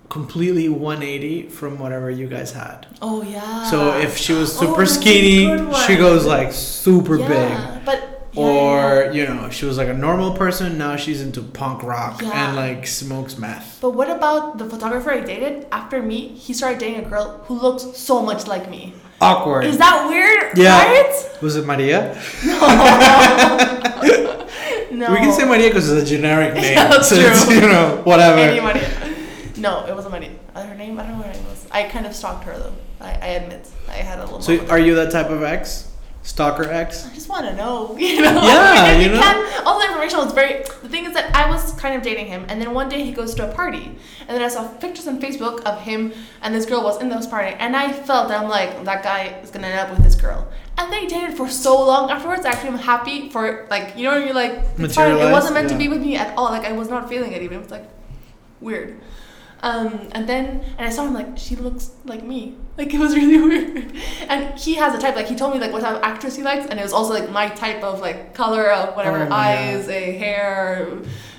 Speaker 2: completely 180 from whatever you guys had.
Speaker 1: Oh yeah.
Speaker 2: So if she was
Speaker 1: Oh,
Speaker 2: super
Speaker 1: that's a good
Speaker 2: skinny,
Speaker 1: one.
Speaker 2: she goes like super big.
Speaker 1: yeah, But. yeah, yeah, yeah.
Speaker 2: or you know she was like a normal person now she's into punk rock
Speaker 1: Yeah.
Speaker 2: and like smokes meth
Speaker 1: But what about the photographer I dated after me? He started dating a girl who looks so much like me.
Speaker 2: awkward
Speaker 1: Is that weird?
Speaker 2: Yeah.
Speaker 1: Right?
Speaker 2: was it maria
Speaker 1: No.
Speaker 2: we can say maria because it's a generic name
Speaker 1: Yeah, that's
Speaker 2: so it's
Speaker 1: true.
Speaker 2: you know whatever
Speaker 1: Any Maria. No, it wasn't Maria. Uh, Her name? I don't know what her name was. I kind of stalked her though. I, I admit. I had a little.
Speaker 2: so
Speaker 1: moment.
Speaker 2: are you that type of ex stalker ex
Speaker 1: I just want to know, you know.
Speaker 2: Yeah,
Speaker 1: Like, if
Speaker 2: you know.
Speaker 1: Can, all the information was very. The thing is that I was kind of dating him, and then one day he goes to a party, and then I saw pictures on Facebook of him and this girl was in this party, and I felt that I'm like that guy is gonna end up with this girl, and they dated for so long. Afterwards, actually, I'm happy for like you know you're like it's fine. It
Speaker 2: Materialized,
Speaker 1: wasn't meant to
Speaker 2: yeah.
Speaker 1: be with me at all. Like I was not feeling it even. It was like weird. Um, and then and I saw him like she looks like me. Like it was really weird. And he has a type. Like he told me like what type of actress he likes, and it was also like my type of like color of whatever
Speaker 2: Oh my
Speaker 1: eyes, a hair,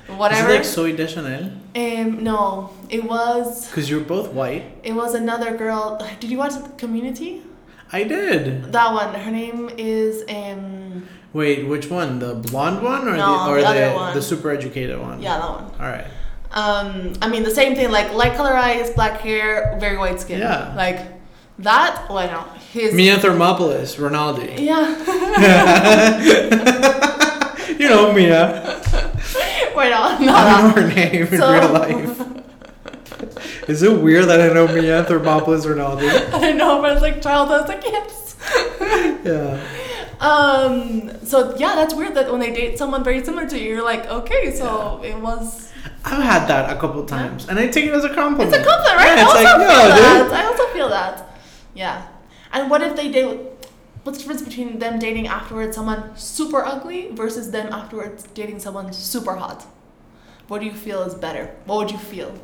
Speaker 2: is
Speaker 1: whatever.
Speaker 2: it like soy de chanel
Speaker 1: um, no, it was
Speaker 2: because you're both white
Speaker 1: it was another girl. Did you watch Community?
Speaker 2: i did
Speaker 1: That one. Her name is um
Speaker 2: wait which one the blonde one or
Speaker 1: No,
Speaker 2: the or
Speaker 1: the
Speaker 2: the,
Speaker 1: other one.
Speaker 2: the super educated one
Speaker 1: yeah that one.
Speaker 2: all right
Speaker 1: Um, I mean the same thing like light color eyes, black hair, very white skin.
Speaker 2: Yeah.
Speaker 1: Like that went out. his.
Speaker 2: Me and Thermopolis, Ronaldo.
Speaker 1: Yeah.
Speaker 2: You know Mia.
Speaker 1: Bueno,
Speaker 2: I
Speaker 1: nada.
Speaker 2: don't know her name in
Speaker 1: So-
Speaker 2: real life. Is it weird that I know Mia Thermopolis Ronaldo?
Speaker 1: I don't know, but it's like childhood. It's like yes.
Speaker 2: Yeah.
Speaker 1: Um. So yeah, that's weird that when they date someone very similar to you, you're like, okay, so it was.
Speaker 2: I've had that a couple times, and I take it as a compliment.
Speaker 1: It's a compliment, right? I
Speaker 2: Yeah, it's
Speaker 1: also
Speaker 2: like,
Speaker 1: feel
Speaker 2: yo,
Speaker 1: that.
Speaker 2: dude.
Speaker 1: I also feel that. Yeah. And what if they date? What's the difference between them dating afterwards someone super ugly versus them afterwards dating someone super hot? What do you feel is better? What would you feel?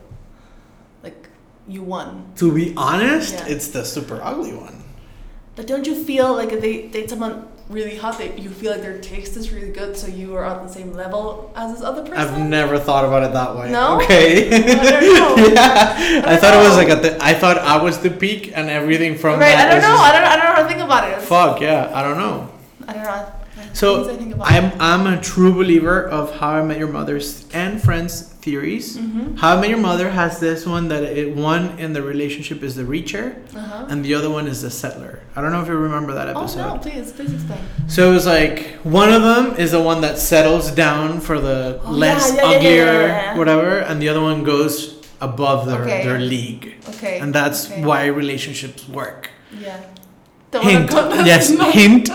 Speaker 1: Like you won.
Speaker 2: To be honest,
Speaker 1: Yeah.
Speaker 2: it's the super ugly one.
Speaker 1: But don't you feel like if they date someone really hot, they, you feel like their taste is really good, so you are on the same level as this other person?
Speaker 2: I've never thought about it that way.
Speaker 1: No?
Speaker 2: Okay.
Speaker 1: don't know.
Speaker 2: yeah. I,
Speaker 1: I don't
Speaker 2: thought it was
Speaker 1: know.
Speaker 2: like a th- I thought I was the peak and everything from
Speaker 1: right,
Speaker 2: that
Speaker 1: I don't
Speaker 2: is
Speaker 1: know.
Speaker 2: just-
Speaker 1: I don't, I don't know how to think about it.
Speaker 2: Fuck yeah, I don't know.
Speaker 1: I don't know.
Speaker 2: So,
Speaker 1: Things I think about.
Speaker 2: I'm I'm a true believer of How I Met Your Mother's and Friends theories.
Speaker 1: Mhm.
Speaker 2: How I Met Your Mother has this one that it, one in the relationship is the reacher
Speaker 1: Uh-huh.
Speaker 2: and the other one is the settler. I don't know if you remember that episode.
Speaker 1: Oh no, please, please explain.
Speaker 2: So it was like one of them is the one that settles down for the
Speaker 1: Oh,
Speaker 2: less
Speaker 1: yeah, yeah, yeah,
Speaker 2: uglier
Speaker 1: yeah, yeah, yeah.
Speaker 2: whatever, and the other one goes above their,
Speaker 1: Okay.
Speaker 2: their league.
Speaker 1: Okay.
Speaker 2: And that's
Speaker 1: okay.
Speaker 2: why relationships work.
Speaker 1: Yeah. Don't wanna
Speaker 2: Hint.
Speaker 1: go-
Speaker 2: Yes,
Speaker 1: no.
Speaker 2: hint.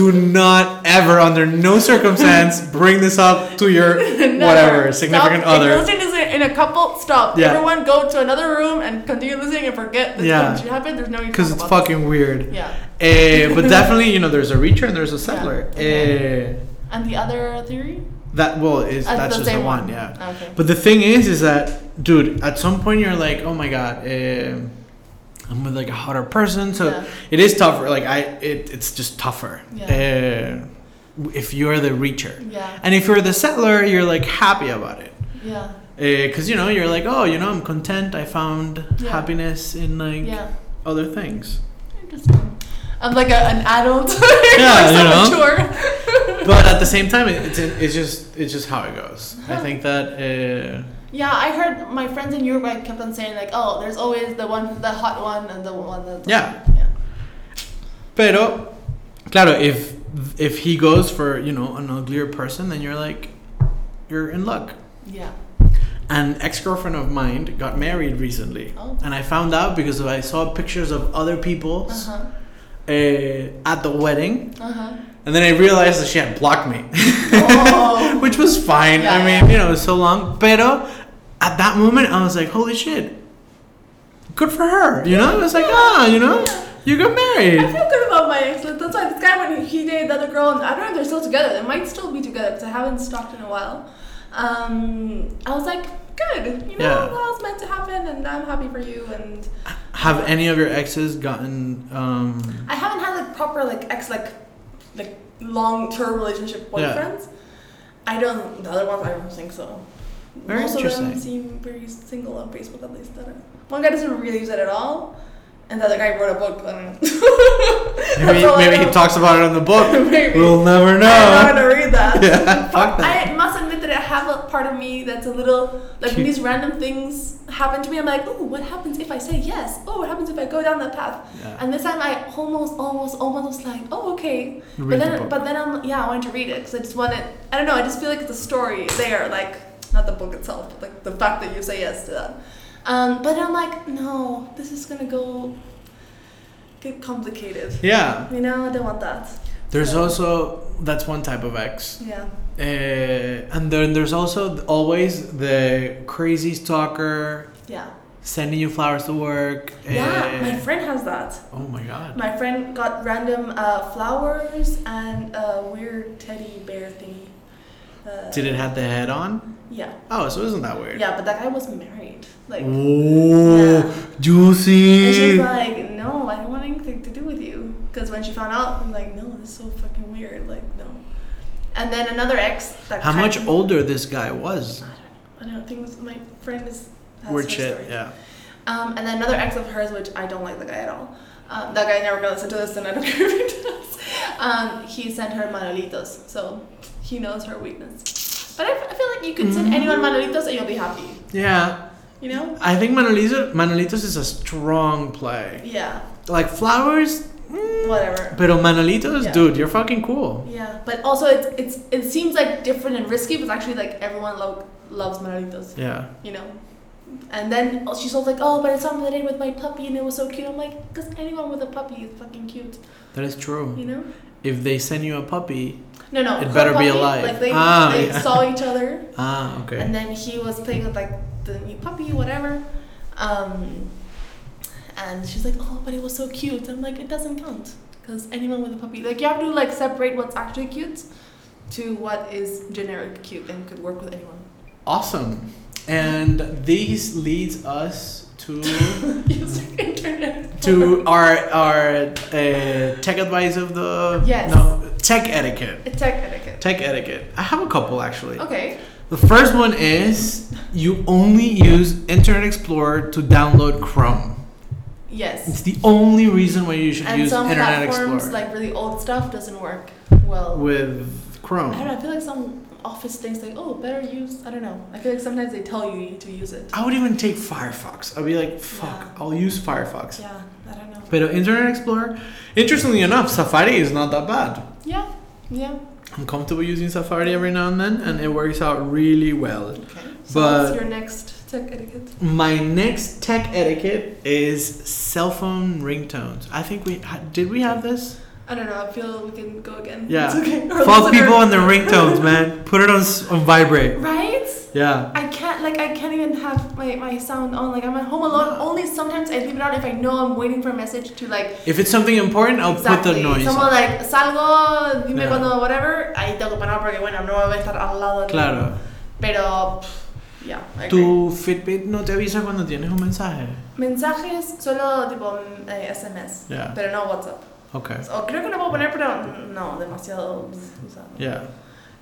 Speaker 2: Do not ever, under no circumstance, bring this up to your
Speaker 1: Never.
Speaker 2: whatever significant
Speaker 1: Stop.
Speaker 2: other.
Speaker 1: If you're listening to this in a couple, stop.
Speaker 2: Yeah.
Speaker 1: Everyone go to another room and continue listening and forget that
Speaker 2: Yeah.
Speaker 1: yeah. shit happened. There's no need to
Speaker 2: Because
Speaker 1: talk
Speaker 2: it's
Speaker 1: about this.
Speaker 2: fucking weird.
Speaker 1: Yeah.
Speaker 2: Eh, but definitely, you know, there's a reacher and there's a settler.
Speaker 1: okay.
Speaker 2: Eh,
Speaker 1: And the other theory?
Speaker 2: that, well, is,
Speaker 1: Uh,
Speaker 2: that's
Speaker 1: the
Speaker 2: just the
Speaker 1: same
Speaker 2: one,
Speaker 1: one.
Speaker 2: yeah.
Speaker 1: Okay.
Speaker 2: But the thing is, is that, dude, at some point you're like, oh my god, um I'm with like a hotter person, so
Speaker 1: Yeah.
Speaker 2: it is tougher. Like I, it, it's just tougher. Uh, if you're the reacher,
Speaker 1: Yeah.
Speaker 2: and if you're the settler, you're like happy about it,
Speaker 1: Yeah.
Speaker 2: because you know you're like, oh, you know, I'm content. I found
Speaker 1: Yeah.
Speaker 2: happiness in like
Speaker 1: Yeah.
Speaker 2: other things.
Speaker 1: Interesting. I'm like a, an adult.
Speaker 2: Yeah,
Speaker 1: so
Speaker 2: you know.
Speaker 1: mature.
Speaker 2: But uh, at the same time, it, it's it's just it's just how it goes. I think that. Uh,
Speaker 1: Yeah, I heard my friends in Uruguay kept on saying like, oh, there's always the one, the hot one, and the one that.
Speaker 2: Yeah.
Speaker 1: Yeah.
Speaker 2: Pero, claro, if if he goes for you know an uglier person, then you're like, you're in luck.
Speaker 1: Yeah.
Speaker 2: An ex girlfriend of mine got married recently,
Speaker 1: Oh.
Speaker 2: and I found out because I saw pictures of other people
Speaker 1: Uh huh.
Speaker 2: uh, at the wedding,
Speaker 1: Uh huh.
Speaker 2: and then I realized that she had blocked me,
Speaker 1: Oh.
Speaker 2: which was fine.
Speaker 1: Yeah,
Speaker 2: I
Speaker 1: yeah.
Speaker 2: mean, you know, it was so long. Pero, at that moment, I was like, holy shit, good for her. You know, it was like, ah, you know,
Speaker 1: Yeah.
Speaker 2: you got
Speaker 1: I
Speaker 2: married.
Speaker 1: feel good about my ex. Like, That's why this guy, when he dated the other girl, and I don't know if they're still together. They might still be together because I haven't stalked in a while. Um, I was like, good. You know,
Speaker 2: Yeah.
Speaker 1: that was meant to happen, and I'm happy for you. And
Speaker 2: Have any of your exes gotten? Um,
Speaker 1: I haven't had like proper like ex like like long term relationship
Speaker 2: Yeah.
Speaker 1: boyfriends. I don't. The other ones, I don't think so.
Speaker 2: Very
Speaker 1: Most of
Speaker 2: interesting.
Speaker 1: them seem very single on Facebook, at least. I don't- One guy doesn't really use it at all, and the other guy wrote a book. I don't know.
Speaker 2: maybe
Speaker 1: That's all I
Speaker 2: maybe he
Speaker 1: know.
Speaker 2: talks about it in the book.
Speaker 1: Maybe.
Speaker 2: We'll never
Speaker 1: I don't
Speaker 2: know.
Speaker 1: want to read that.
Speaker 2: Yeah, fuck that.
Speaker 1: I must admit that I have a part of me that's a little like when
Speaker 2: Cute.
Speaker 1: these random things happen to me. I'm like, oh, what happens if I say yes? Oh, what happens if I go down that path?
Speaker 2: Yeah.
Speaker 1: And this time I almost, almost, almost was like, oh, okay.
Speaker 2: Read
Speaker 1: but
Speaker 2: the
Speaker 1: then,
Speaker 2: book.
Speaker 1: but then I'm yeah, I wanted to read it because I just want it. I don't know. I just feel like it's a story there, like not the book itself, but like the fact that you say yes to that. Um, but I'm like, no, this is gonna go get complicated.
Speaker 2: Yeah,
Speaker 1: You know, I don't want that.
Speaker 2: there's also that's one type of ex,
Speaker 1: Yeah.
Speaker 2: uh, and then there's also always the crazy stalker
Speaker 1: Yeah.
Speaker 2: sending you flowers to work.
Speaker 1: Yeah,
Speaker 2: eh,
Speaker 1: my friend has that.
Speaker 2: oh my god.
Speaker 1: My friend got random uh, flowers and a weird teddy bear thingy. Uh,
Speaker 2: Did it have the head on?
Speaker 1: Yeah,
Speaker 2: Oh, so isn't that weird?
Speaker 1: yeah, but that guy was married. Like, and
Speaker 2: Oh,
Speaker 1: Yeah.
Speaker 2: juicy.
Speaker 1: she's like, no, I don't want anything to do with you. Because when she found out, I'm like, no, this is so fucking weird. Like, no. And then another ex. That
Speaker 2: How
Speaker 1: kind
Speaker 2: much
Speaker 1: of-
Speaker 2: older this guy was?
Speaker 1: I don't think it was my friend is. has
Speaker 2: Weird
Speaker 1: her story.
Speaker 2: shit. Yeah.
Speaker 1: Um, and then another ex of hers, which I don't like the guy at all. Um, that guy never gonna listen to this, and I don't care if he does. Um, he sent her manolitos, so he knows her weakness. But I, I feel like you could send
Speaker 2: Mm.
Speaker 1: anyone manolitos and you'll be happy.
Speaker 2: Yeah.
Speaker 1: You know?
Speaker 2: I think Manolito, Manolitos is a strong play.
Speaker 1: Yeah.
Speaker 2: Like flowers, mm,
Speaker 1: whatever.
Speaker 2: Pero Manolito is,
Speaker 1: Yeah.
Speaker 2: dude, you're fucking cool.
Speaker 1: Yeah, but also it's it's it seems like different and risky, but actually like everyone lo- loves Manolitos,
Speaker 2: Yeah.
Speaker 1: you know. And then she's all like, "Oh, but it's something that I did with my puppy, and it was so cute." I'm like, "Cause anyone with a puppy is fucking cute,
Speaker 2: That is true.
Speaker 1: you know."
Speaker 2: If they send you a puppy.
Speaker 1: No, no.
Speaker 2: It
Speaker 1: her
Speaker 2: better
Speaker 1: puppy,
Speaker 2: be alive.
Speaker 1: Like they,
Speaker 2: Ah,
Speaker 1: they
Speaker 2: yeah.
Speaker 1: saw each other,
Speaker 2: Ah, okay.
Speaker 1: and then he was playing with like the new puppy, whatever. Um, and she's like, "Oh, but it was so cute." I'm like, "It doesn't count, because anyone with a puppy, like you have to like separate what's actually cute to what is generic cute and could work with anyone."
Speaker 2: Awesome. And these leads us to
Speaker 1: Using internet.
Speaker 2: to our our uh, tech advice of the
Speaker 1: Yes.
Speaker 2: no tech etiquette.
Speaker 1: Tech etiquette.
Speaker 2: Tech etiquette. I have a couple actually.
Speaker 1: Okay.
Speaker 2: The first one is you only use Internet Explorer to download Chrome. It's
Speaker 1: Yes.
Speaker 2: the only reason why you should
Speaker 1: And
Speaker 2: use
Speaker 1: some
Speaker 2: Internet
Speaker 1: platforms,
Speaker 2: Explorer
Speaker 1: like really old stuff, doesn't work well.
Speaker 2: with
Speaker 1: I don't
Speaker 2: Chrome.
Speaker 1: know. I feel like some office things like, oh, better use. I don't know. I feel like sometimes they tell you to use it.
Speaker 2: I would even take Firefox. I'd be like, fuck,
Speaker 1: Yeah.
Speaker 2: I'll use Firefox.
Speaker 1: Yeah, I don't know.
Speaker 2: But uh, Internet Explorer, interestingly enough, Safari is not that bad.
Speaker 1: Yeah, yeah.
Speaker 2: I'm comfortable using Safari every now and then, and it works out really well.
Speaker 1: Okay. So
Speaker 2: But-
Speaker 1: what's your next tech etiquette?
Speaker 2: My next tech etiquette is cell phone ringtones. I think we ha- did we have this?
Speaker 1: I don't know. I feel we can go again.
Speaker 2: Yeah.
Speaker 1: It's okay. Our
Speaker 2: Fuck
Speaker 1: listener-
Speaker 2: people on the ringtones, man. Put it on s- on vibrate.
Speaker 1: Right?
Speaker 2: Yeah.
Speaker 1: I can't like I can't even have my, my sound on like I'm at home alone. Only sometimes I leave it on if I know I'm waiting for a message to like
Speaker 2: If it's something important, I'll put the noise.
Speaker 1: Someone
Speaker 2: on.
Speaker 1: like salgo, dime
Speaker 2: Yeah.
Speaker 1: cuando whatever. Ahí tengo que parar porque bueno no voy a estar al lado. de-
Speaker 2: Claro.
Speaker 1: Pero pff, yeah. I agree.
Speaker 2: Tu Fitbit no te avisa cuando tienes un mensaje.
Speaker 1: Mensajes solo tipo mm, eh, SMS,
Speaker 2: Yeah.
Speaker 1: pero no WhatsApp.
Speaker 2: Okay.
Speaker 1: O creo que lo puedo poner, pero no, demasiado usado.
Speaker 2: Yeah.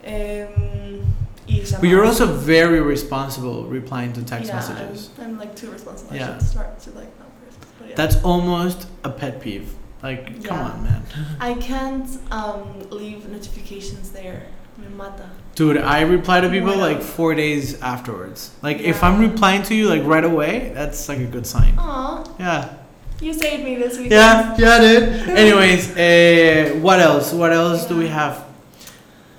Speaker 1: Em, y
Speaker 2: But you're
Speaker 1: llamadas.
Speaker 2: also very responsible replying to text
Speaker 1: Yeah,
Speaker 2: messages.
Speaker 1: I'm, I'm, like too responsible. I
Speaker 2: Yeah.
Speaker 1: should start to like not first, but yeah.
Speaker 2: That's almost a pet peeve. Like, come
Speaker 1: Yeah.
Speaker 2: on, man.
Speaker 1: I can't um, leave notifications there. Me mata.
Speaker 2: Dude, I reply to people
Speaker 1: Wow.
Speaker 2: like four days afterwards. Like if
Speaker 1: Yeah.
Speaker 2: I'm replying to you like right away, that's like a good sign.
Speaker 1: Aw,
Speaker 2: Yeah.
Speaker 1: you saved me this week.
Speaker 2: Yeah, yeah, dude. Anyways, uh, what else? What else do we
Speaker 1: Yeah.
Speaker 2: have?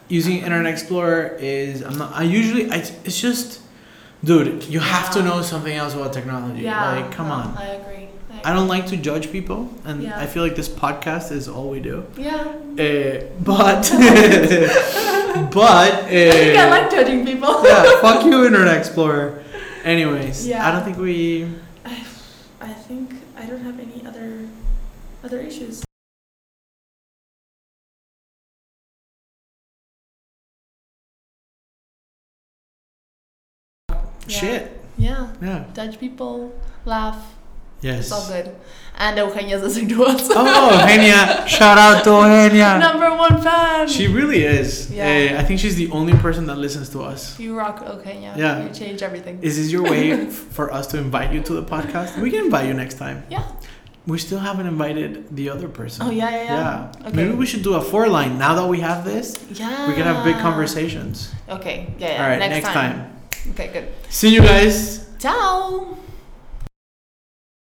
Speaker 2: Using Internet Explorer is I'm not. I usually. I, it's just, dude. You have to
Speaker 1: Yeah.
Speaker 2: know something else about technology.
Speaker 1: Yeah.
Speaker 2: Like, come
Speaker 1: no,
Speaker 2: on.
Speaker 1: I agree. I,
Speaker 2: I don't like to judge people, and
Speaker 1: Yeah.
Speaker 2: I feel like this podcast is all we do.
Speaker 1: Yeah.
Speaker 2: Uh, but, but. Uh,
Speaker 1: I think I like judging people.
Speaker 2: yeah, fuck you, Internet Explorer. Anyways,
Speaker 1: Yeah.
Speaker 2: I don't think we.
Speaker 1: I, I think I don't have any other other issues. Yeah.
Speaker 2: Shit.
Speaker 1: Yeah.
Speaker 2: Yeah.
Speaker 1: Judge people, laugh.
Speaker 2: Yes.
Speaker 1: It's all good. And Eugenia's listening to us.
Speaker 2: Oh, Eugenia. Shout out to Eugenia.
Speaker 1: Number one fan.
Speaker 2: She really is.
Speaker 1: Yeah.
Speaker 2: Uh, I think she's the only person that listens to us.
Speaker 1: you rock, Eugenia.
Speaker 2: Yeah.
Speaker 1: You change everything.
Speaker 2: Is this your way f- for us to invite you to the podcast? We can invite you next time.
Speaker 1: Yeah.
Speaker 2: We still haven't invited the other person.
Speaker 1: oh yeah, yeah, yeah. Okay.
Speaker 2: Maybe we should do a four line. Now that we have this,
Speaker 1: Yeah.
Speaker 2: we can have big conversations.
Speaker 1: Okay. Ah. Yeah. yeah.
Speaker 2: All right,
Speaker 1: next,
Speaker 2: next
Speaker 1: time. Okay. Good.
Speaker 2: time. See you guys.
Speaker 1: Ciao.